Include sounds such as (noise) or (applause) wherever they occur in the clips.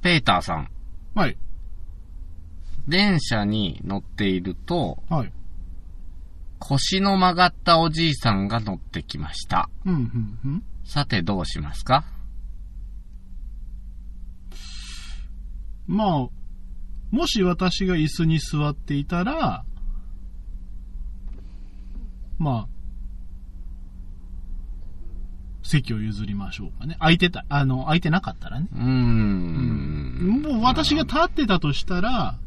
ペーターさん。はい。電車に乗っていると、はい。腰の曲がったおじいさんが乗ってきました。うん、うん、うん。さてどうしますかまあ、もし私が椅子に座っていたら、まあ、席を譲りましょうかね。空いてた、あの、空いてなかったらね。うーん。もう私が立ってたとしたら、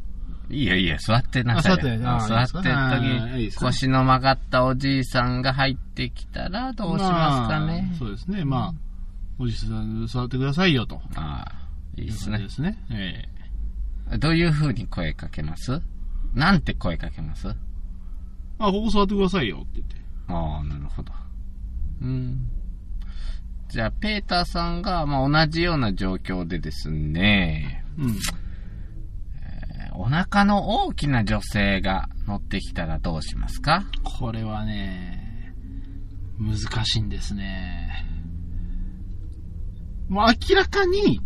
いいよいいよ、座ってなさいよ。あ座ってあ座ってるあいいです時、か腰の曲がったおじいさんが入ってきたらどうしますかねまあ。そうですね。まあ、おじさん座ってくださいよと。ああ、いいですとねうこ。とですね。ええどういう風に声かけますなんて声かけますああ、ここ座ってくださいよって言って。あ、なるほど。うん。じゃあ、ペーターさんが、まあ、同じような状況でですね、うえん。ーお腹の大きな女性が乗ってきたらどうしますかこれはね、難しいんですね。もう明らかに、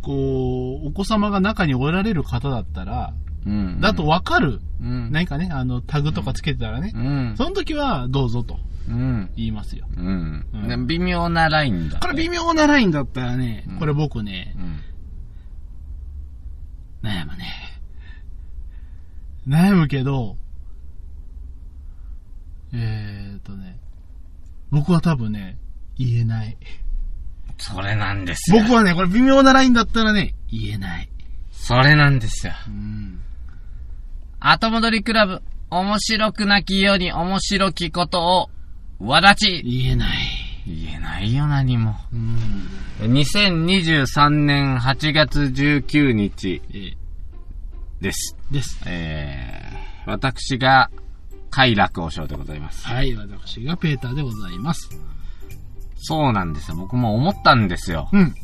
こう、お子様が中におられる方だったら、うん。だと、わかる、うん。何かね、あの、タグとかつけてたらねう、んそ。の時は、どうぞとうん。言いますよ。うんうんで。微妙なラインだ。これ微妙なラインだったらねうん、これ僕ね、うん。悩むね。悩むけど、えーっとね、僕は多分ね、言えない。それなんですよ。僕はね、これ微妙なラインだったらね、言えない。それなんですよ。うん。後戻りクラブ、面白くなきように面白きことを、わだち言えない。言えないよ何も。うん。 2023年8月19日えです。ーです。えー、私が、快楽和尚でございます。はい、私がペーターでございます。そうなんですよ。僕も思ったんですよ。うん。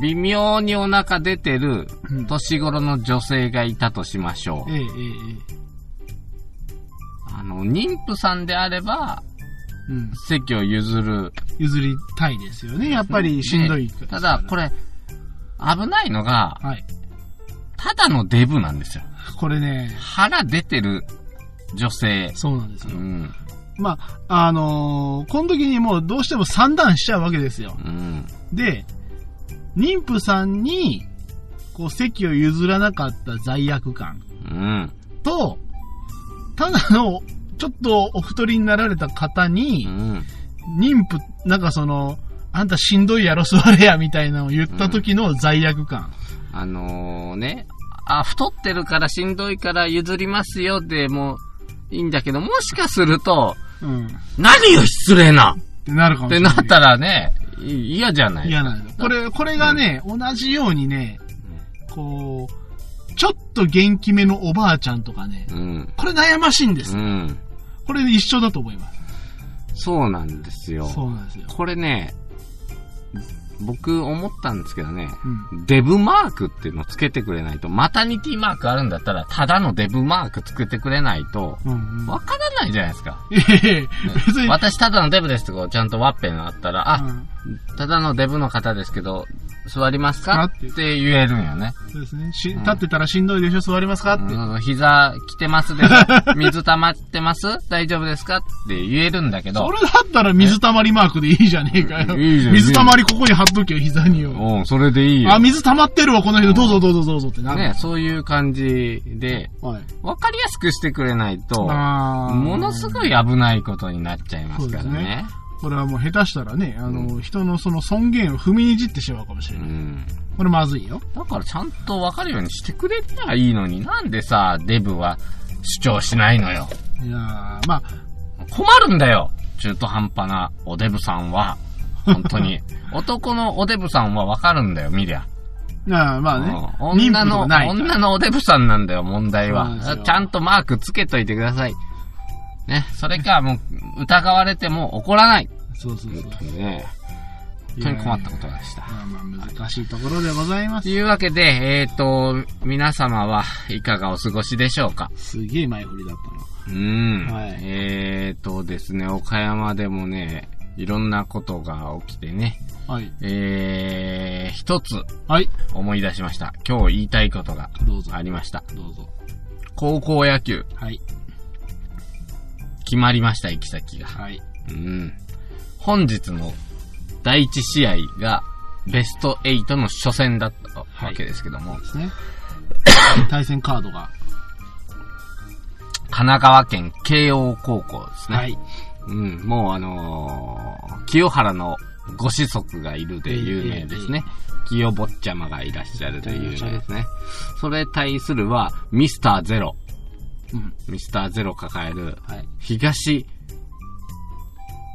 微妙にお腹出てるうん年頃の女性がいたとしましょえうー、え。ー、えあの、妊婦さんであれば、ーうん。席を譲る。譲りたいですよね。やっぱりしんどいでから。ただ、これ、危ないのが、はい。ただのデブなんですよ。これね、腹出てる女性。そうなんですうよ。ん。まあ、あのーこの時にもうどうしても三段しちゃうわけですよ。うん。で、妊婦さんに、こう、席を譲らなかった罪悪感。うん。と、ただの、ちょっとお太りになられた方うに、ん。妊婦、なんかその、あんたしんどいやろ、座れや、みたいなのを言った時の罪悪感。あのー、ね、あ、太ってるからしんどいから譲りますよでもいいんだけど、もしかすると、うん。っ何よ失礼なてなるかっもしてれな。ないったらね、い嫌じゃない嫌なんだよ。これ、これがね、同じようにね、こう、ちょっと元気めのおばあちゃんとかね、うん。これ悩ましいんでうす。ん。これ一緒だと思います。そうなんですよ。そうなんですよ。これね、僕思ったんですけどね、うデブマークっていうのつけてくれないと、マタニティマークあるんだったら、ただのデブマークつけてくれないと、うんうん。わからないじゃないですか。ええ、別に。私ただのデブですってこう、ちゃんとワッペンあったら、うあ、んただのデブの方ですけど、座ります座かっってて言えるんよね。そうですね。しうん立ってたらしんどいでしょ座りますかって。うん膝来てますで、 (laughs) 水溜まってます大丈夫ですかって言えるんだけどそ、れだったら水たまりマークでいいじゃねえかよ。いいじゃん水たまりここに貼っとけよ、膝によ。うん、それでいいあ、よ。水溜まってるわ、この人。どうぞどうぞどうぞってなる。ね、そういう感じで、はい。わかりやすくしてくれないと、あーものすごい危ないことになっちゃいますからそうですねね。これはもう下手したらね、あの、人のその尊厳を踏みにじってしまうかもしうれない。ん。これまずいよ。だからちゃんとわかるようにしてくれたらいいのに、なんでさ、デブは主張しないのよ。いやーまあ、困るんだよ中途半端なおデブさんは。本当 (laughs) に。男のおデブさんはわかるんだよ、見りゃ。なあまあねうん。女妊婦との、かないから。女のおデブさんなんだよ、問題そうなんですはよ。ちゃんとマークつけといてください。ね、それか、もう、疑われても怒らない。そうそうそう。ね、本当に困ったことでした。まあまあ難しいところでございまとす。いうわけで、えっ、と、皆様はいかがお過ごしでしょうかすげえ前振りだったの。うーん。はいえっ、とですね、岡山でもね、いろんなことが起きてね、はい。えー、一つはい。思い出しました。今日言いたいことがどうぞ。ありました。どうぞ。高校野球、はい。決まりました、行き先が。はい。うん。本日の第一試合が、ベスト8の初戦だったわはいけですけども、で (laughs) すね。対戦カードが。神奈川県慶応高校ですね。はい。うん、もうあのー清原のご子息がいるで有名ですね。清坊ちゃまがいらっしゃるで有名ですね。それに対するは、ミスターゼロ。うん。ミスターゼロ抱える、はい。東、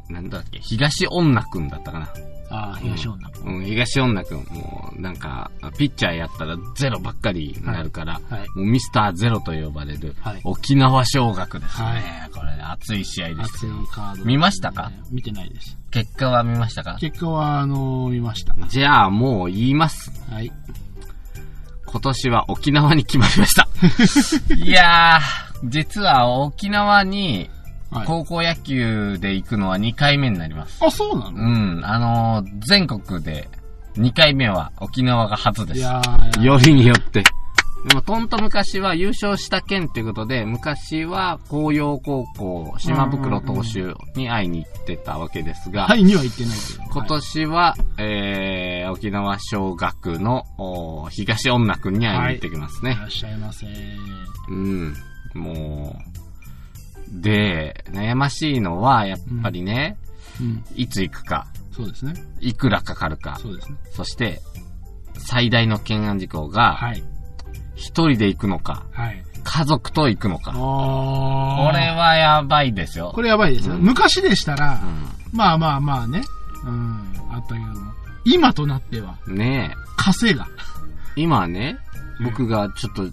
なんだっけ、東女くんだったかな。ああ、東女。うん、東女くん。もう、なんか、ピッチャーやったらゼロばっかりになるから、はい。もうミスターゼロと呼ばれる、はい沖縄尚学ですね。はいこれ、熱い試合でした熱けいど。カード。見ましたか見てないです。結果は見ましたか結果は、あのー見ました。じゃあもう言います。はい。今年は沖縄に決まりました。 (laughs) いやー、実は沖縄にはい。高校野球で行くのは2回目になります。あ、そうなうのん、あのー全国で2回目は沖縄が初でいす。やー。よりによって。でも、とんと昔は優勝した県っていうことで、昔は紅葉高校、島袋投手に会いに行ってたわけですが、はい、には言ってないけど。今年は、えー、沖縄小学のおー東女くんに会いに行ってきますね。はい。いらっしゃいませ。うん。もう、で、悩ましいのは、やっぱりね、うん。いつ行くか、そうですね。いくらかかるか、そうですね。そして、最大の懸案事項が、はい。一人で行くのか、はい。家族と行くのか。こあれれはやばいですよ。これやばいですよ。うん昔でしたら、うまあまあまあね。うん。あったけども。今となっては、ん。ねえ。稼が。今ね、僕がちょっと、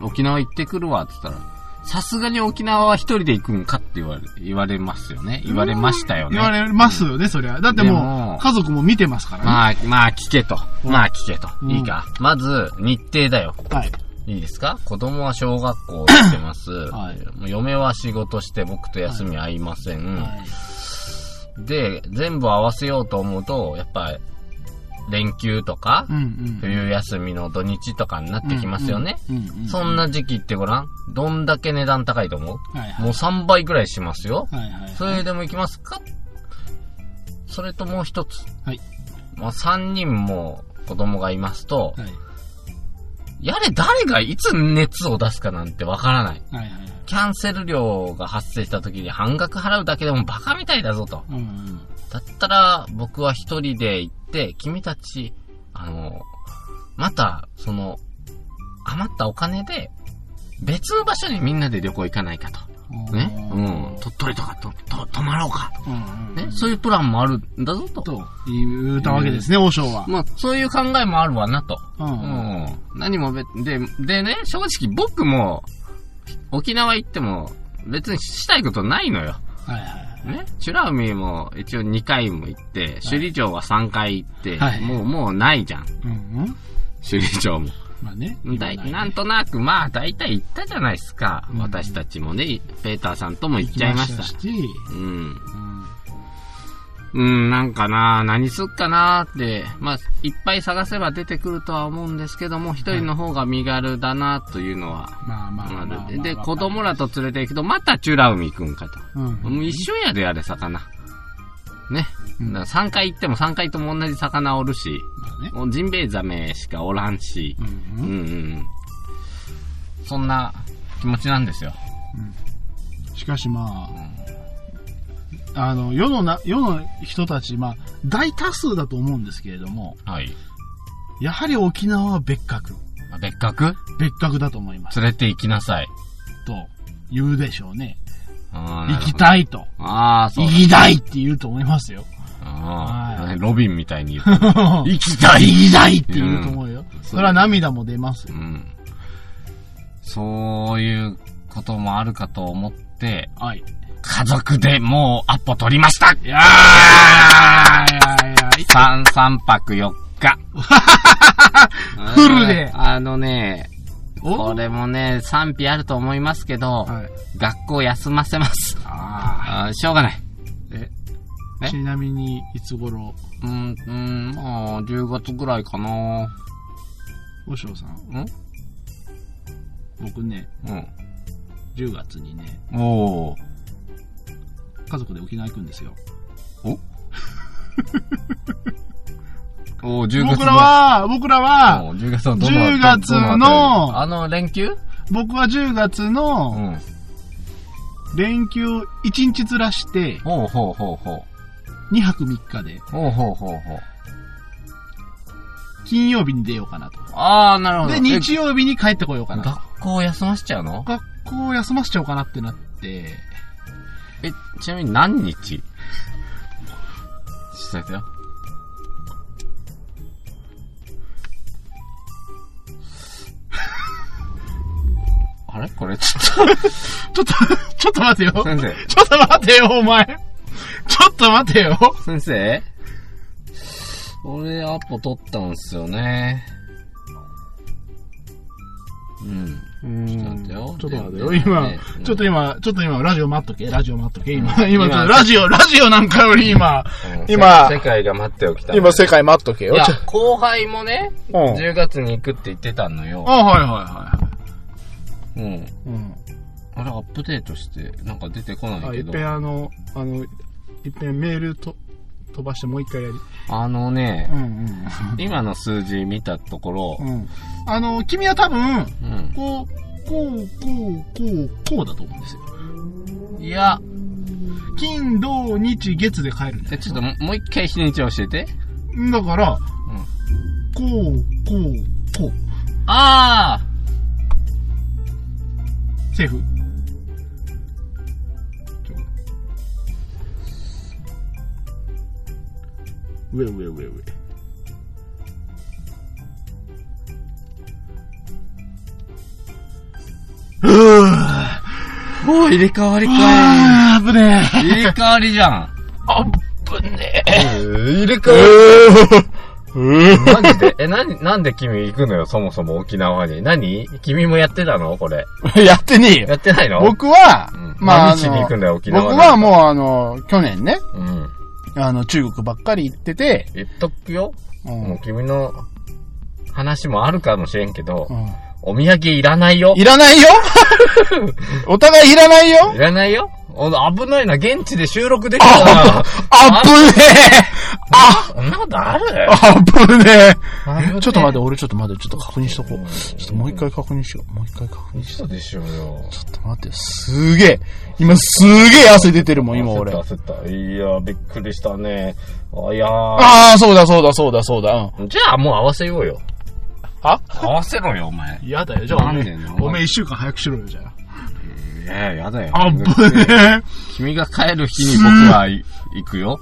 沖縄行ってくるわって言ったら、さすがに沖縄は一人で行くんかって言われ、言われますよね。言われましたよね。言われますよね、そりゃ。だってでももう、家族も見てますからね。まあ、まあ聞けと。うんまあ聞けと。うんいいか。まず、日程だよ。はい。いいですか子供は小学校行ってます。はいもう嫁は仕事して僕と休み合いません。はいで、全部合わせようと思うと、やっぱ、連休とか、うんうん。冬休みの土日とかになってきますよね。うんうん。うんうんそんな時期ってごらん。どんだけ値段高いと思うはいはい。もう3倍ぐらいしますよ。はいはい。それでも行きますかそれともう一つ。はい。まあ3人も子供がいますと、はい。やれ誰がいつ熱を出すかなんてわからない。はいはいはい。キャンセル料が発生した時に半額払うだけでもバカみたいだぞと。うんうん。だったら僕は一人で行って、君たち、あの、また、その、余ったお金で、別の場所にみんなで旅行行かないかと。ね。うん。鳥取とかと、と、泊まろうかうんうんうん。と。ね。そういうプランもあるんだぞと。と言うたわけですね、王将は。まあ、そういう考えもあるわなと。う。うんん。何もべ、で、でね、正直僕も、沖縄行っても、別にしたいことないのよ。はいはい。ね、美ら海も一応2回も行って、首里城は3回行って、はいもう、もうないじゃん。うんうん。首里城も。まあね。だい今ねなんとなく、まあ、大体行ったじゃないですか。うん私たちもね、ペーターさんとも行っちゃいました。しうん。うんうん、なんかな、何すっかなって、まあ、いっぱい探せば出てくるとは思うんですけども、一人の方が身軽だな、というのは。まあまあまあまああ。るで、子供らと連れて行くと、またチュラ海行くんかと。うん。もう一緒やで、あれ、魚。ね。うんだから3回行っても3回とも同じ魚おるし、まあね。もうジンベエザメしかおらんしう、うんうんんうん。そんな気持ちなんですよ。うん。しかしまあ、あの、世のな、世の人たち、まあ、大多数だと思うんですけれども、はい。やはり沖縄は別格。まあ別格別格だと思います。連れて行きなさい。と、言うでしょうね。あー行きたいと。ああ、そうだ。行きたいって言うと思いますよ。あはあいロビンみたいに言う。 (laughs) 行行きたいきたいって言うと思うよ。それは涙も出ますうよ。ん。そういうこともあるかと思って、はい。家族でもうアポ取りましたいやーいやいやい 3, 三泊4日。フルであのね、おこれもね、賛否あると思いますけど、はい。学校休ませます。ああーしょうがない。ええちなみに、いつ頃、うん、うん、まあ、10月ぐらいかなおしょうさん、うん僕ね、う10月にね、ん。おー。家族で沖縄行くんですよ。おー、10月の僕らは、僕らは、おー10月のどの10月のどどのあの、連休僕は10月うのん。連休1日ずらして、ほうほうほうほう。 2泊3日で、ほうほうほうほう。金曜日に出ようかなと。あー、なるほど。で、え日曜日に帰ってこようかなと。学校休ませちゃうの学校を休ませちゃおうかなってなって、え、ちなみに何日ちょっと待ってよ。 (laughs) あれこれちょっちょっと、 (laughs) ちょっと待てよ。と、先生。ちょっと待てよ、お前。ちょっと待てよ。先生俺アポ取ったんすよね。うん。ちょっと待ってよ。ちょっと待てよ。でで今ね、ちょっと今、ちょっと今、ラジオ待っとけ。ラジオ待っとけ。今、うん今、今ラジオ、ラジオなんかより (laughs) 今、うん今世界が待っておきたい。世界待っとけいやちょ、後輩もね、うん10月に行くって言ってたのよ。あ、はいはいはうん。い。うん。あれ、アップデートして、なんか出てこないあ、いけっどぺ。んあの、あの、いっぺんメールと飛ばしてもう一回やり。あのね、ん今の数字見たところう、ん。うん。あの、君は多分、うん。こう、こう、こう、こう、こうだと思うんですよ。いや、金、土、日、月で帰るんだえよ。ちょっとももう一回日にち教えて。だから、うん。こう、こう、こう。あセーフ。上上上上。うーーお入れ替わりかあー、危ねえ。い。入れ替わりじゃん。あぶねえ。入れ替えわー、り。マジでえ、なに、なんで君行くのよ、そもそも沖縄に。何君もやってたのこれ。やってねえよ。やってないの僕は、うんまあ、何しに行くんだよ沖縄なん僕かはもうあの、去年ね、うん。あの、中国ばっかり行ってて、言っとくよ。うんもう君の話もあるかもしれんけど、うんお土産いらないよ。いらないよ (laughs) お互いいらないよいらないよ。お危ないな、現地で収録できたな。あぶねえあそんなことあるあぶねあえちょっと待って、俺ちょっと待って、ちょっと確認しとこう。ちょっともう一。うん回確認しよう。もう一回確認し嘘でしょうよ。ちょっと待って、すげえ。今すげえ汗出てるもん、今俺。焦った焦った。いや、びっくりしたね。あいやーああ、そうだそうだそうだそうだ。うん。じゃあもう合わせようよ。は合わせろよ、お前。嫌だよ、じゃあなんでなおめえ一週間早くしろよ、じゃあ。いや、やだよ。 (laughs) あぶねえ。君が帰る日に僕は行くよ。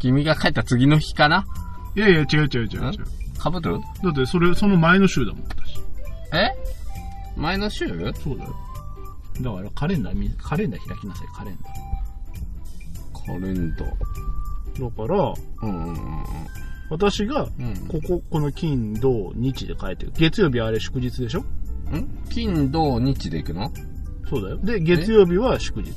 君が帰った次の日かないやいや、違う違う違う違う。んかぶるだって、それ、その前の週だもん、私。え前の週そうだよ。だから、カレンダー見、カレンダー開きなさい、カレンダカレンダー。ー。だから、うんうんうん私が、うん。ここ、この金、土、日で帰ってる。月曜日あれ祝日でしょん金、土、日で行くのそうだよ。で、月曜日は祝日。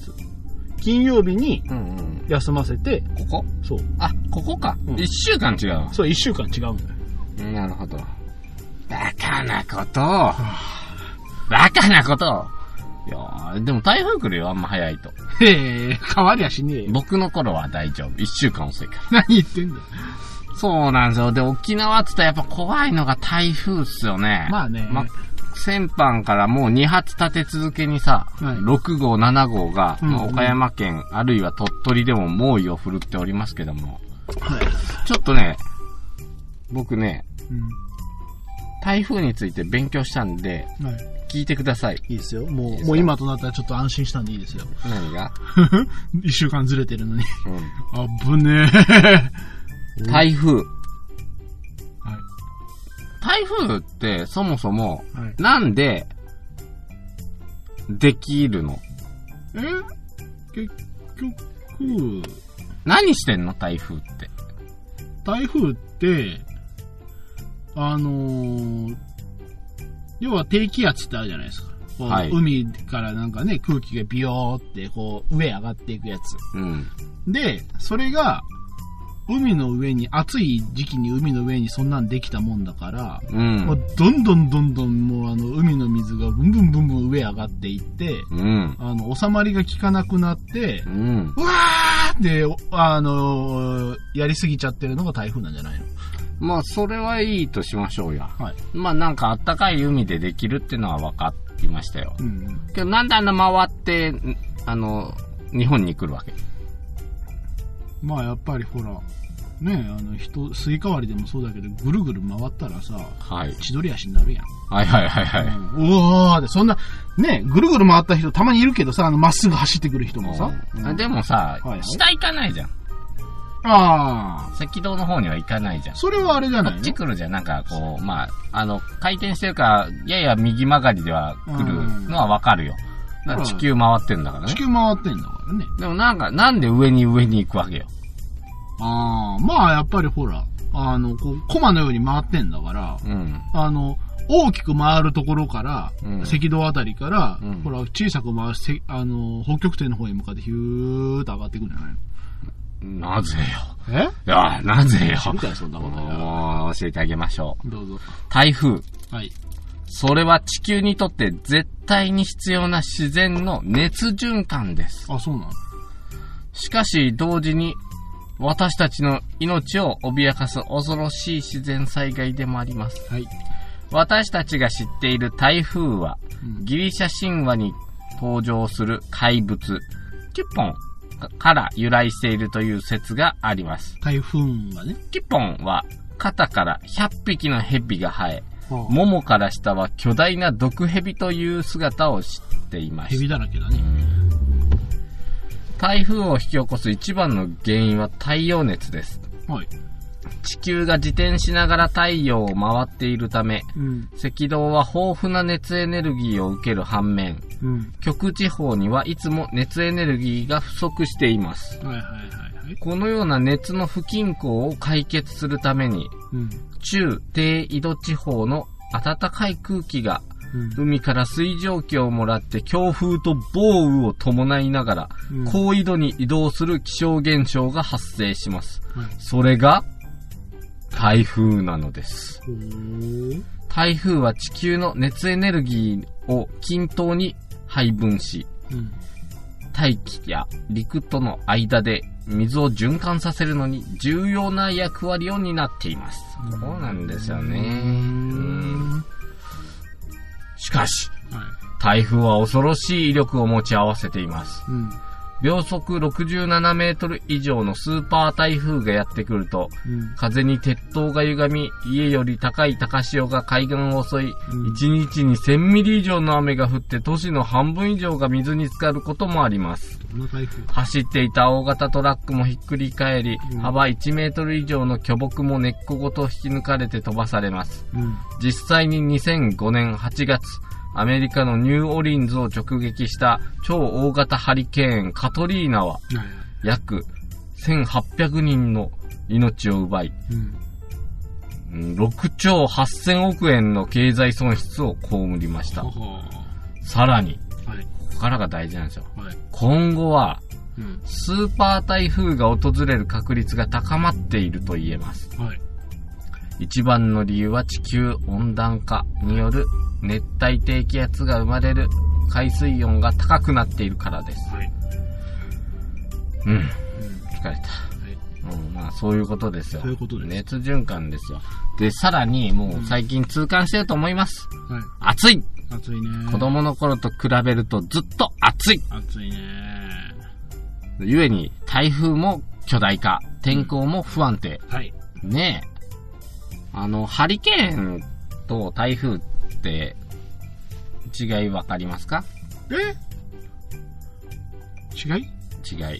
金曜日にうんうん。休ませて、ここそう。あ、ここか。うん一週間違うわ。そう、一週間違うんだよ。なるほど。バカなことをバカなことをいやーでも台風来るよ、あんま早いと。へえ、変わりゃしねえ。僕の頃は大丈夫。一週間遅いから。何言ってんだよ。そうなんですよ。で、沖縄って言ったらやっぱ怖いのが台風っすよね。まあねま、先般からもう2発立て続けにさ、はい6号、7号が、うんまあ岡山県、あるいは鳥取でも猛威を振るっておりますけども、はい。ちょっとね、僕ね、う台風について勉強したんで、ん。はい。聞いてください。いいですよ。も、いいうですかもう今となったらちょっと安心したんでいいですよ。何が、一週間ずれてるのに。うんあぶねえ。台風。はい。台風ってそもそも、はい。なんで、できるのえ結局、何してんの台風って。台風って、あのー要は低気圧ってあるじゃないですか。こうはい海からなんかね、空気がビヨーってこう上上がっていくやつ。うん。で、それが、海の上に、暑い時期に海の上にそんなんできたもんだから、うんもうどんどんどんどんもうあの海の水がブンブンブンブン上上がっていって、うん。あの、収まりが効かなくなってう、ん。うわーって、おあのーやりすぎちゃってるのが台風なんじゃないのまあ、それはいいとしましょうや。はい。まあ、なんかあったかい海でできるっていうのは分かりましたよ。うんうん。けど、なんであんな回って、んあの、日本に来るわけまあやっぱりほら、ねあの人、スイカ割りでもそうだけど、ぐるぐる回ったらさ、はい。千鳥足になるやん。はいはいはいはい。うんうわーって、そんな、ねぐるぐる回った人たまにいるけどさ、あの、まっすぐ走ってくる人もさ。うんうんでもさ、はいはい下行かないじゃん。ああ、赤道の方には行かないじゃん。それはあれじゃこないっのち来るじゃん。なんかこう、まあ、あの、回転してるから、やや右曲がりでは来るのはわかるよ。だから地球回ってんだからね地。球回ってんだからね。でもなんか、なんで上に上に行くわけよ。ああ、まあやっぱりほら、あの、こう、コマのように回ってんだから、うん。あの、大きく回るところから、うん赤道あたりから、うんほら、小さく回して、あの、北極点の方に向かってヒューっと上がっていくんじゃないなぜよ。のえいや、なぜよ。知るかよそんなことよもう、教えてあげましょう。どうぞ。台風。はい。それは地球にとって絶対に必要な自然の熱循環です。あ、そうなのしかし、同時に、私たちの命を脅かす恐ろしい自然災害でもあります。はい。私たちが知っている台風は、うんギリシャ神話に登場する怪物、キュッポンから由来しているという説があります。台風がね。キュッポンは、肩から100匹の蛇が生え、ももから下は巨大な毒蛇という姿を知っていま蛇す。だらけだね。台風を引き起こす一番の原因は太陽熱です。はい。地球が自転しながら太陽を回っているため、うん。赤道は豊富な熱エネルギーを受ける反面、うん。極地方にはいつも熱エネルギーが不足しています。はいはいはいはい。このような熱の不均衡を解決するために、うん。中低緯度地方の暖かい空気がうん。海から水蒸気をもらって強風と暴雨を伴いながらうん高緯度に移動する気象現象が発生します。はいそれが台風なのです。ほー台風は地球の熱エネルギーを均等に配分し、うん。大気や陸との間で水を循環させるのに重要な役割を担っています。そうなんですよね。うんはしかし、い。台風は恐ろしい威力を持ち合わせています。うん。秒速67メートル以上のスーパー台風がやってくると、うん。風に鉄塔が歪み、家より高い高潮が海岸を襲い、うん1日に1000ミリ以上の雨が降って都市の半分以上が水に浸かることもあります。この台風。走っていた大型トラックもひっくり返りう、ん幅1メートル以上の巨木も根っこごと引き抜かれて飛ばされます。うん。実際に2005年8月、アメリカのニューオリンズを直撃した超大型ハリケーンカトリーナははいはい。約1800人の命を奪い、うん。うん6兆8000億円の経済損失を被りましたほ。ほさらに、ーはい。ここからが大事なんですよ。はい。今後は、うん。スーパー台風が訪れる確率が高まっていると言えます。はい。一番の理由は地球温暖化による熱帯低気圧が生まれる海水温が高くなっているからです。はい。うん。うん。疲れはい。た。うん、まあそういうことですよ。そういうことです熱循環ですよ。で、さらにもう最近痛感してると思います。はい。暑い暑いね。子。供の頃と比べるとずっと暑い暑いね。ゆえに台風も巨大化、天候も不安定。はい。ねえ。あの、ハリケーンと台風って違いわかりますかえ違い違い。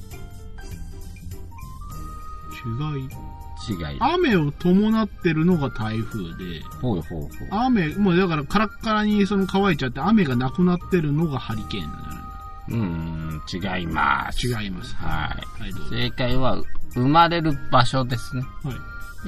違い、違い。雨を伴ってるのが台風で、ほうほうほう。雨、もうだからカラッカラにその乾いちゃって雨がなくなってるのがハリケーンなんうーん、違います。じゃない違います。はい。はい、どうぞ。正解は、生まれる場所ですね。はい。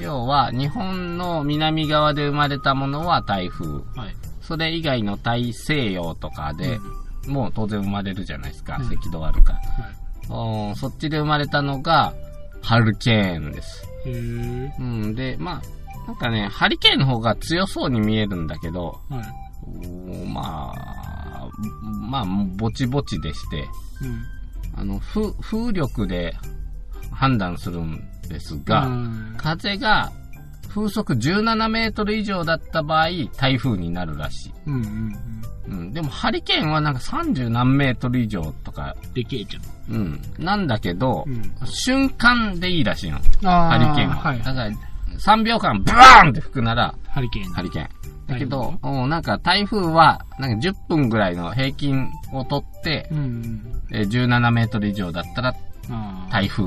要は、日本の南側で生まれたものは台風。はい。それ以外の大西洋とかで、もう当然生まれるじゃないですか。うん赤道あるから。はい。うんそっちで生まれたのが、ハルケーンです。へえ。うん、で、まあ、なんかね、ハリケーンの方が強そうに見えるんだけど、はい。おーまあ、まあ、ぼちぼちでして、うん。あの、風、風力で判断するんですが、うん風が風速17メートル以上だった場合、台風になるらしい。うんうん。うん、でもハリケーンはなんか30何メートル以上とか、でけえじゃん。うん、なんだけど、うん瞬間でいいらしいの。あハーリケーンは。はい。だから、3秒間ブワーンって吹くなら、ハリケーン。ハリケーン。だけなるど、おなんか台風は、なんか10分ぐらいの平均をとって、うんうん。えー17メートル以上だったらああ。台風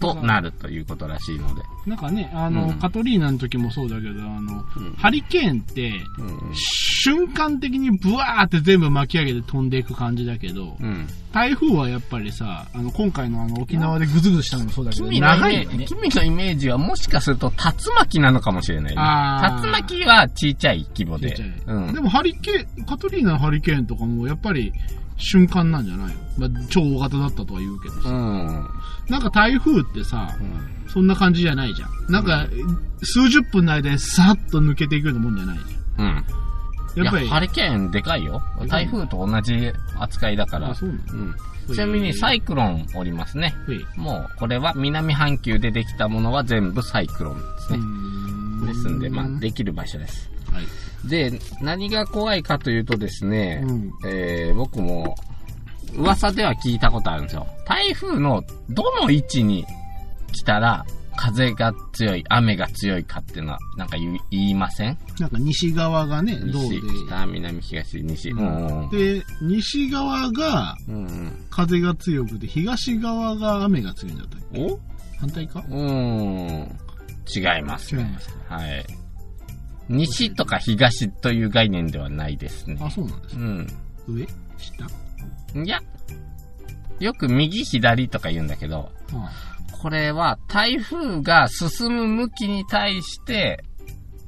となるということらしいので。なんかね、あの、うんカトリーナの時もそうだけど、あの、うんハリケーンって、うん瞬間的にブワーって全部巻き上げて飛んでいく感じだけど、うん。台風はやっぱりさ、あの、今回のあの、沖縄でグズグズしたのもそうだけど、君のイメ長いーよジ、ね。君のイメージはもしかすると竜巻なのかもしれない、あー竜巻は小さい規模で。ちっちゃいうんで。もハリケーン、カトリーナのハリケーンとかもやっぱり瞬間なんじゃないの、まあ、超大型だったとは言うけどうさ。ん。なんか台風ってさう、んそんな感じじゃないじゃん。なんか、数十分の間でさっと抜けていくようなもんじゃないじうん。ゃん。やっぱいり。やハリケーンでかいよ。でかい台風と同じ扱いだからあ、。そうなうのんそういうちなみにサイクロンおりますね。ほいもう、これは南半球でできたものは全部サイクロンですうね。ーんですんで、まあ、はい。できる場所です。で、何が怖いかというとですね、うんえー僕も、噂では聞いたことあるんですよ。台風のどの位置に来たら、風が強い、雨が強いかっていうのは、なんか言い言いませんなんか西側がね、どう西、北、南、東、西。うんうんで。で、西側がうんうん。風が強くて、東側が雨が強いんだったっけお反対かうーん。違います。違いますかはい。西とか東という概念ではないですね。あ、そうなんですうかん。上下いや、よく右左とか言うんだけど、あこれは台風が進む向きに対して、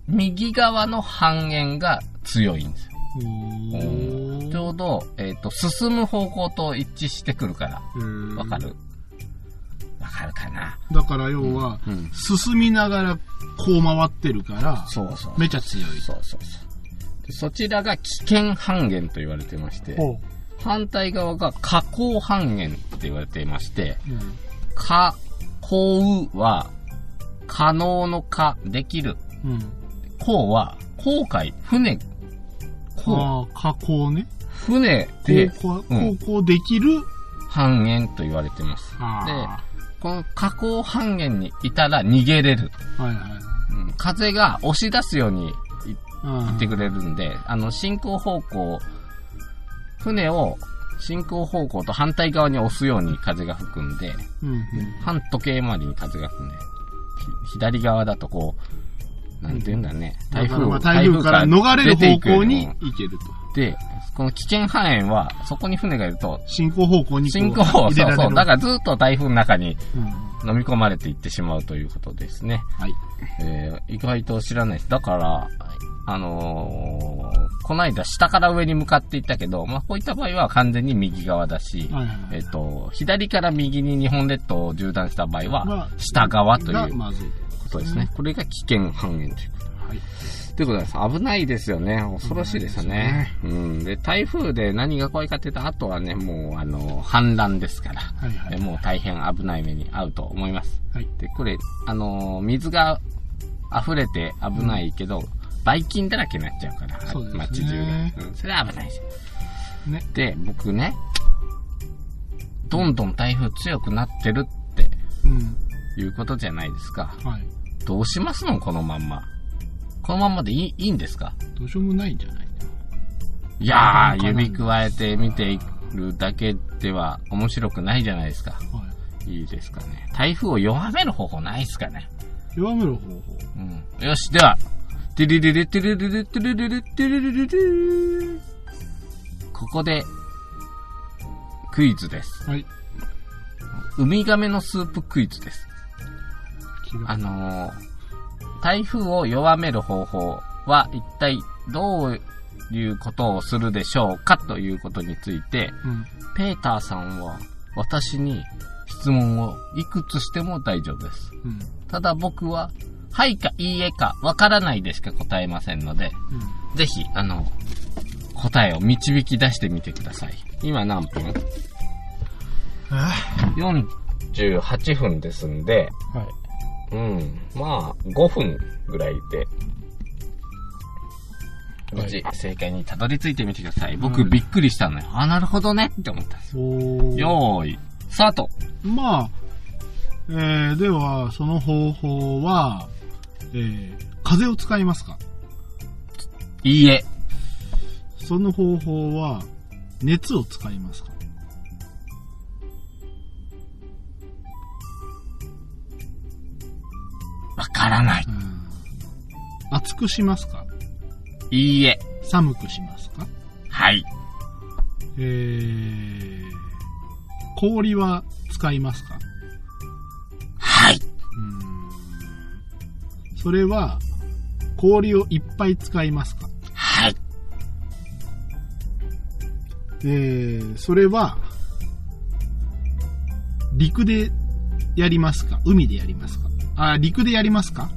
右側の半円が強いんですよ。おーちょうど、えっ、と、進む方向と一致してくるから。えーわかるわかるかなだから要は、うん。進みながらこう回ってるから、そうそう。めちゃ強い。そうそうそう。でそちらが危険半円と言われてまして、ほ反対側が下降半円って言われていまして、う。うん。可幸うは、可能の可、できる。うん。幸は、航海、船、航、ああ、加工ね。船で高校、うん高校できる。半円と言われてます。あこの下降半円にいたら逃げれる。あ。はいはい。うん風が押し出すようにいうん行ってくれるんで、あの、進行方向、船を進行方向と反対側に押すように風が吹くんで、うんうん。反時計回りに風が吹くんで、ひ左側だとこう、なんて言うんだね、だ台から風をまあ台風から逃れる方向に。行けると。で、この危険半円は、そこに船がいると、進行方向にこう進行方入それらうれる。そう、だからずっと台風の中にうん飲み込まれていってしまうということですね。はい。えー意外と知らないです。だから、あのーこないだ下から上に向かっていったけど、まあ、こういった場合は完全に右側だし、はいはいえっと、左から右に日本列島を縦断した場合まはあ、下側といがうまずい。ことですね。これが危険半円ということ。はい。ということです。危ないですよね。恐ろしいですよね。うん。で、台風で何が怖いかって言ったら、あとはね、もう、あの、氾濫ですから、はいはえい。もう大変危ない目に遭うと思います。はい。で、これ、あのー水が溢れて危ないけど、ばい菌だらけになっちゃうから、そうですね街中が。うん、それは危ないです。ね。で、僕ね、どんどん台風強くなってるってうん。いうことじゃないですか。はい。どうしますのこのまんま。このまんまでいいいいんですかどうしようもないんじゃないいやなんー、かなん指くわえて見ているだけでは面白くないじゃないですか。はいいですかね。台風を弱める方法ないですかね。い。弱める方法。うん。よし、では。てるるるてるるるてるるるてるるるるここで、クイズです。はい。ウミガメのスープクイズです。気があのー、台風を弱める方法は一体どういうことをするでしょうかということについて、うん。ペーターさんは私に質問をいくつしても大丈夫です。うん。ただ僕は、はいかいいえかわからないでしか答えませんので、ぜひ、あの、答えを導き出してみてください。今何分えーは ?48 分ですんで、い。うん、まあ、5分ぐらいで、無事、正解にたどり着いてみてください。僕、うんびっくりしたのよ。あ、なるほどねって思ったんです。おーよーい、スタートまあ、えー、では、その方法は、えー、風を使いますかいいえ。その方法は、熱を使いますかわからない。うん。熱くしますかいいえ。寒くしますかはい。えー、氷は使いますかはい。うん。それは、氷をいっぱい使いますかはい。えー、それは、陸でやりますか海でやりますかあ、陸でやりますか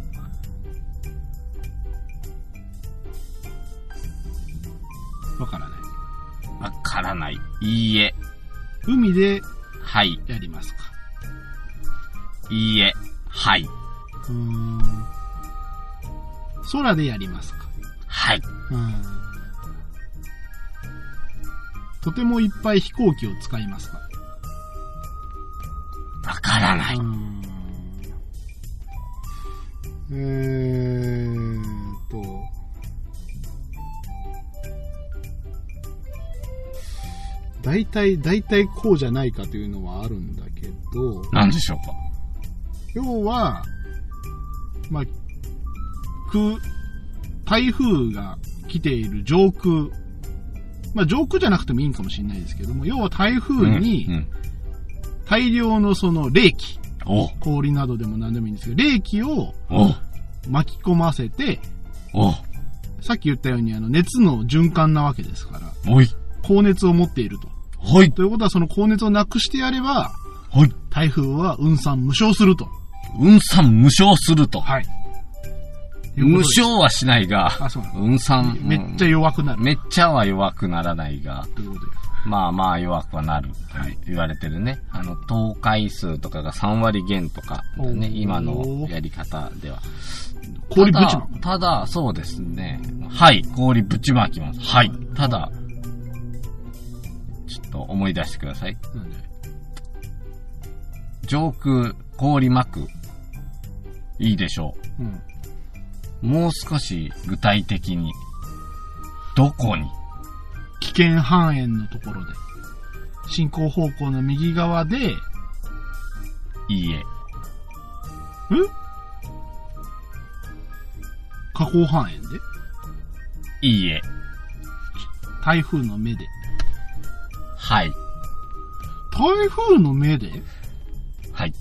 わからない。わからない。いいえ。海ではい。やりますかいいえ。はい。うーん。空でやりますかはい。うん。とてもいっぱい飛行機を使いますかわからなうーい。んえーっと。大体、大体こうじゃないかというのはあるんだけど、なんでしょうか要は、まあ、空、台風が来ている上空、まあ上空じゃなくてもいいんかもしれないですけども、要は台風うんうにん大量のその冷気、お氷などでも何でもいいんですけど、冷気をお巻き込ませて、おさっき言ったようにあの熱の循環なわけですから、おい。高熱を持っていると。はい。ということはその高熱をなくしてやれば、はい。台風は運算無償すると。うんさん無償すると。はい。無償はしないが、あ、そうなの。うんさん、めっちゃ弱くなうんる。めっちゃは弱くならないが、ということで。まあまあ弱くはなるとはい言われてるね。あの、倒壊数とかが3割減とかだね、おー今のやり方では。氷ぶちたまだく。ただ、そうですね。はい、氷ぶちまきます。はい。ただ、ちょっと思い出してください。なんで上空、氷まく。いいでしょう。うん。もう少し具体的に、どこに危険半円のところで、進行方向の右側で、えいいえ、下方半円で、いいえ、台風の目で。はい、台風の目ではい。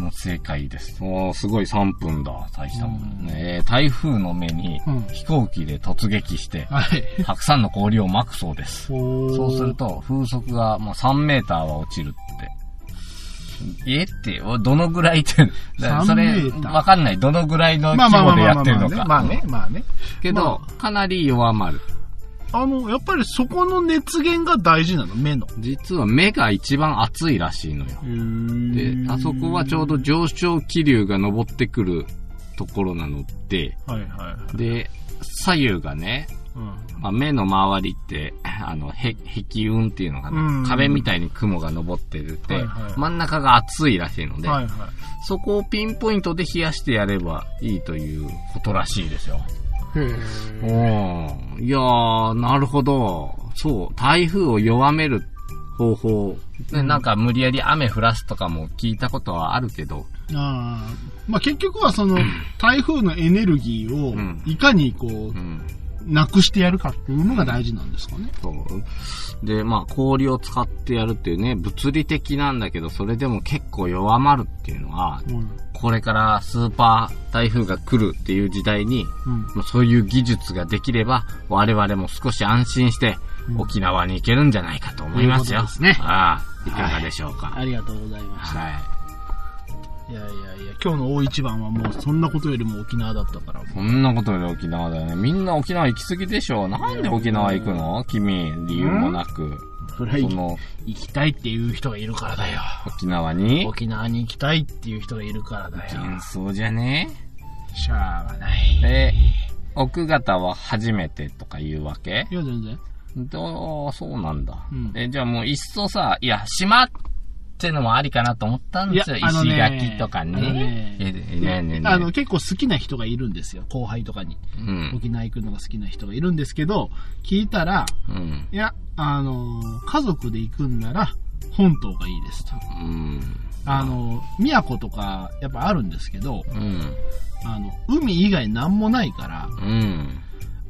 もう正解です。おー、すごい3分だ。大したもんだね。えー台風の目にうん飛行機で突撃して、はい。たくさんの氷をまくそうです。そそうすると、風速がもう3メーターは落ちるって。えって、おどのぐらいって、だからそれ3メータ、ーわかんない。どのぐらいのまあ規まあま模あでまやあまあってるのねか。まあね、まあね。けど、まかなり弱まる。あの、やっぱりそこの熱源が大事なの、目の。実は目が一番熱いらしいのよ。で、あそこはちょうど上昇気流が上ってくるところなので、はいはいはい。で、左右がね、うん。まあ、目の周りって、あの、へ、壁雲っていうのかうんな。壁みたいに雲が上ってて、はいはい真ん中が熱いらしいので、はいはそこをピンポイントで冷やしてやればいいということらしいですよ。い。へおーいやー、なるほど。そう、台風を弱める方法。ね、なんか無理やり雨降らすとかも聞いたことはあるけど、あーまあ結局は (clears throat) その、台風のエネルギーをん、いかにこうん。う、なくしてやるかっていうのが大事なんですかね。そう。で、まあ、氷を使ってやるっていうね、物理的なんだけど、それでも結構弱まるっていうのは、うん。これからスーパー台風が来るっていう時代に、うん。まあそういう技術ができれば、我々も少し安心して、うん沖縄に行けるんじゃないかと思いますよ。ということですねああ、いかがでしょうか。ありがとうございました。はい。いやいやいや、今日の大一番はもうそんなことよりも沖縄だったから。そんなことより沖縄だよね。みんな沖縄行き過ぎでしょ。なんで沖縄行くの君、理由もなく。それはそ行の、き行きたいっていう人がいるからだよ。沖縄に、沖縄に行きたいっていう人がいるからだよ。幻想じゃねしゃあがない。え、奥方は初めてとか言うわけいや、全然。どう、そうなんだ。うんえ、じゃあもういっそさ、いや、島ってのもありかなと思ったんですよ。いやあの石ね垣とかあねのね。ええねえねえねえあの、結構好きな人がいるんですよ。後輩とかに。うん。沖縄行くのが好きな人がいるんですけど、聞いたら、うん。いや、あの、家族で行くんなら、本島がいいですと。うん。あの、宮古とか、やっぱあるんですけど、うん。あの、海以外なんもないから、うん。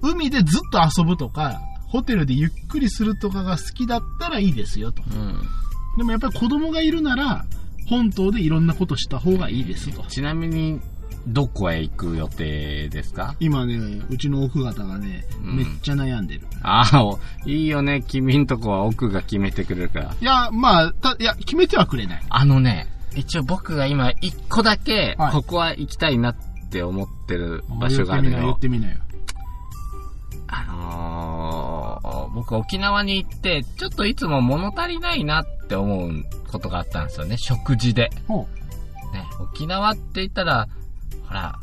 海でずっと遊ぶとか、ホテルでゆっくりするとかが好きだったらいいですよと。うん。でもやっぱり子供がいるなら、本島でいろんなことした方がいいですと。ちなみに、どこへ行く予定ですか今ね、うちの奥方がね、うんめっちゃ悩んでる。ああ、おいいよね。君んとこは奥が決めてくれるから。いや、まあ、た、いや、決めてはくれない。あのね、一応僕が今、一個だけは、いここは行きたいなって思ってる場所がある言よっ。てみなよ。あのー、僕沖縄に行って、ちょっといつも物足りないなって思うことがあったんですよね。食事で。ほね、沖縄って言ったら、ほら、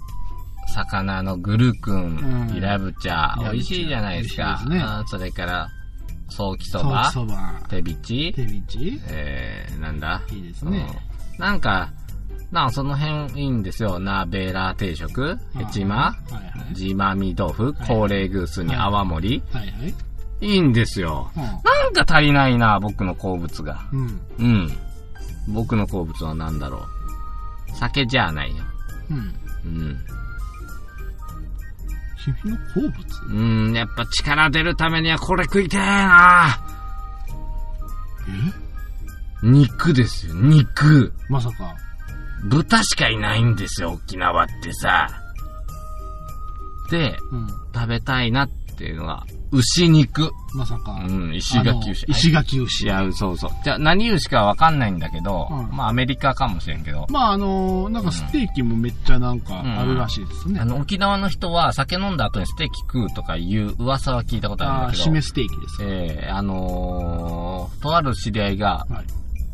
魚のグルクンう、んイラブチャ、イラブチャ美味しいじゃないです美か。味しいですねあーそれから、ソーキう。そソーばキ、そば。手びち、手びちいえー、なんだいですね。うんなんか、なんかその辺いいんですよ。ナーベーラー定食、ヘチマ、はいはい。ジマミ豆腐、い高麗グースに泡盛り。はいはい。いいんですよ。なんか足りないな、僕の好物が。うん。うん。うん。僕の好物は何だろう。酒じゃないよ。うん。うん。君の好物うん、やっぱ力出るためにはこれ食いてえなえ肉ですよ、肉。まさか。豚しかいないんですよ、沖縄ってさ。で、うん。食べたいなっていうのが、牛肉。まさか。うん、石垣牛あ。の石垣牛。いや、そうそう。じゃあ、何牛かわかんないんだけど、うんまあ、アメリカかもしれんけど、まあ、あのーなんかステーキもめっちゃなんかあるらしいですね。 (laughs) あの、沖縄の人は酒飲んだ後にステーキ食うとかいう噂は聞いたことあるあんー、だけど、締めステーキですか。ええあのーとある知り合いが、はい。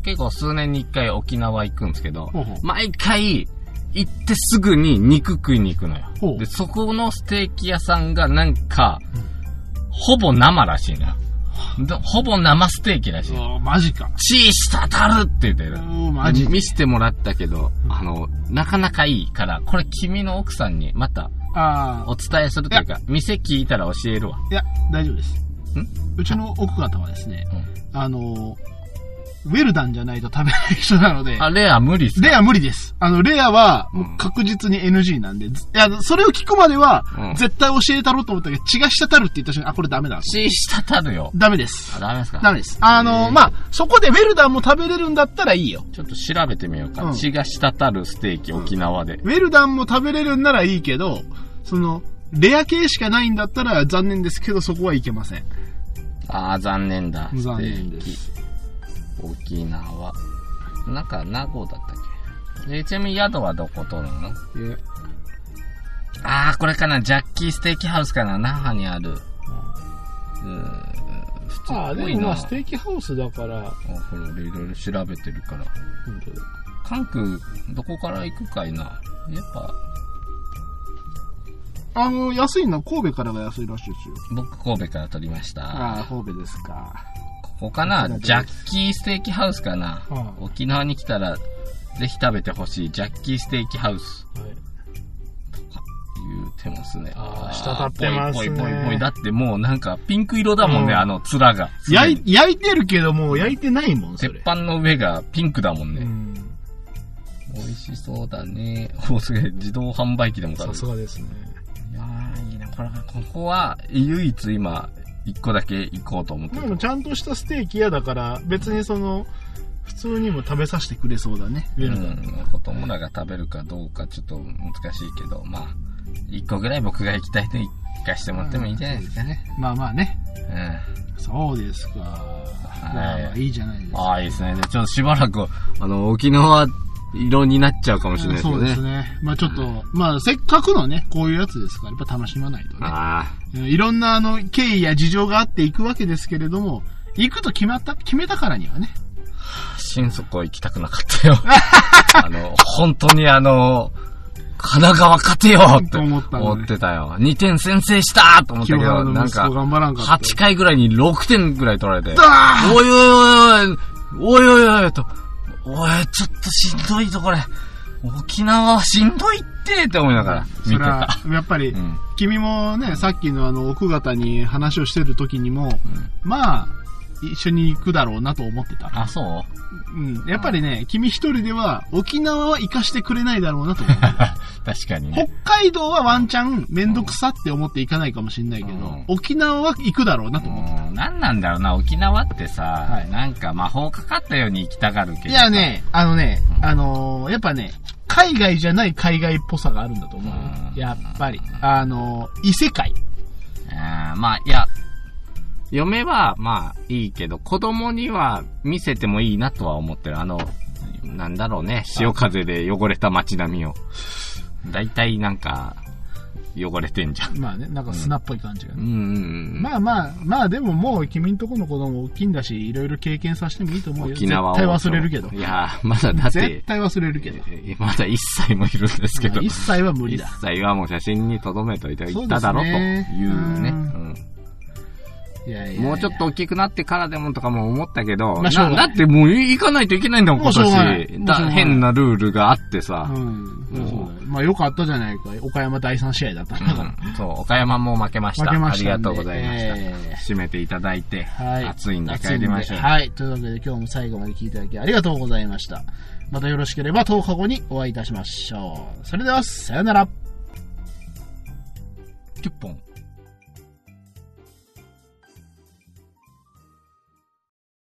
結構数年に一回沖縄行くんですけど、ほうほう毎回、行ってすぐに肉食いに行くのよほ。うで、そこのステーキ屋さんがなんか、うんほぼ生らしいのよ。でほぼ生ステーキらしいの。おーマジか。チーしたたるって言ってる。おーマジ見せてもらったけど、あの、なかなかいいから、これ君の奥さんにまたあお伝えするというか、店聞いたら教えるわ。ーいや、大丈夫です。うちの奥方はですね、あのーウェルダンじゃないと食べない人なので、あれは無理っすかレア無理です。あの、レアは、うんもう確実に NG なんで、ずいや、それを聞くまではうん、絶対教えたろうと思ったけど、血が滴るって言った瞬間、あ、これダメだ。チーしたたるよ。ダメですあ、。ダメですかダメです。あへーの、まあ、そこでウェルダンも食べれるんだったらいいよ。ちょっと調べてみようか。うん血が滴るステーキ、沖縄で。ウェルダンも食べれるんならいいけど、その、レア系しかないんだったら残念ですけど、そこはいけません。ああ、残念だ。ステ残念ーでキ、す。沖縄。なんか、名護だったっけでちなみに宿はどこ取るのえああ、これかな。ジャッキーステーキハウスかな。那覇にある。うーん、普通ああ、っでぽいもな。まああ、ステーキハウスだから、ほら、俺いろいろ調べてるから。本当だ関空、どこから行くかいな。やっぱ、あの、安いのは神戸からが安いらしいですよ。僕神戸から取りました。ああ、神戸ですか。ここかなこちジャらッでキーステーキハウスかな、うん沖縄に来たら、ぜひ食べてほしい、ジャッキーステーキハウス。はい。言うてますね。あーー滴ってますぽねいぽいぽいぽい。だってもうなんかピンク色だもんね、うんあの面が。焼い焼いてるけどもう焼いてないもんそ鉄れ、板の上がピンクだもんうね。ん、美味しそうだね。 (laughs) おすげえ、自動販売機でも買うさ。すがですねいやーいいな。これ、ここは唯一今、一個だけ行こうと思ってでる。もちゃんとしたステーキ屋だから別にその普通にも食べさせてくれそうだねウェルダンうん、子供らが食べるかどうかちょっと難しいけど、まあ、一個ぐらい僕が行きたいと行かしてもらってもいいんじゃないですかね。まあまあね。うん。そうですか。いまあまあいいじゃないですか。ああ、いいですね。でちょっとしばらく、あの、沖縄色になっちゃうかもしれないですそようね。ですね。ね。まあちょっと、まあせっかくのね、こういうやつですから、やっぱ楽しまないとね。あうんいろんなあの、経緯や事情があって行くわけですけれども、行くと決まった、決めたからにはね。あ、心底行きたくなかった (laughs) よ。あの、本当にあの、神奈川勝てよって思ったのね思ってたよ。2点先制したと思った清け原ど、なのん息子か、頑張らんかった。 8回ぐらいに6点ぐらい取られて。だおいおいおいおい、おいおいおいと、おい、ちょっとしんどいぞ、これ。沖縄はしんどいって、って思いながら見てそれはた。、やっぱり、 (laughs) うん。君もね、さっきのあの、奥方に話をしてる時にも、まあ、一緒に行くだろうなと思ってた。あ、そううん。やっぱりね、君一人では、沖縄は行かしてくれないだろうなと思ってた (laughs) 確かに北ね。海道はワンチャン、めんどくさって思って行かないかもしれないけど、うん沖縄は行くだろうなと思ってた。うん何なんだろうな、沖縄ってさ、はいなんか魔法かかったように行きたがるけど。いや。ね、あのね、うんあのーやっぱね、海外じゃない海外っぽさがあるんだと思うようんやっぱり。あのー異世界。あーまあ、いや、嫁は、まあ、いいけど、子供には見せてもいいなとは思ってる。あの、なんだろうね、潮風で汚れた街並みを。だいたいなんか、汚れてんじゃん。まあね、なんか砂っぽい感じがうね。んうんうん。まあまあ、まあでももう君んとこの子供大きいんだし、いろいろ経験させてもいいと思うよ。沖縄を絶対忘れるけど。いやー、まだだっ絶て、対忘れるけど。えまだ1歳もいるんですけど。一切は無理一だ。切はもう写真に留めといてそういでたすだねろというね。うんいやいやいやもうちょっと大きくなってからでもとかも思ったけど、まあしょうがなないだってもう行かないといけないんだもん、もう今しょうがない年。もうしょうがだない変なルールがあってうさ。ん。そうだよまあよかったじゃないか。岡山第3試合だったんだから。うんそう、岡山も負けました。負けましたんでありがとうございました。え締めていただいて、はい。暑いんで暑帰りましょう。んではい。というわけで今日も最後まで聞いていただきありがとうございました。またよろしければ10日後にお会いいたしましょう。それでは、さよなら。キュッポン。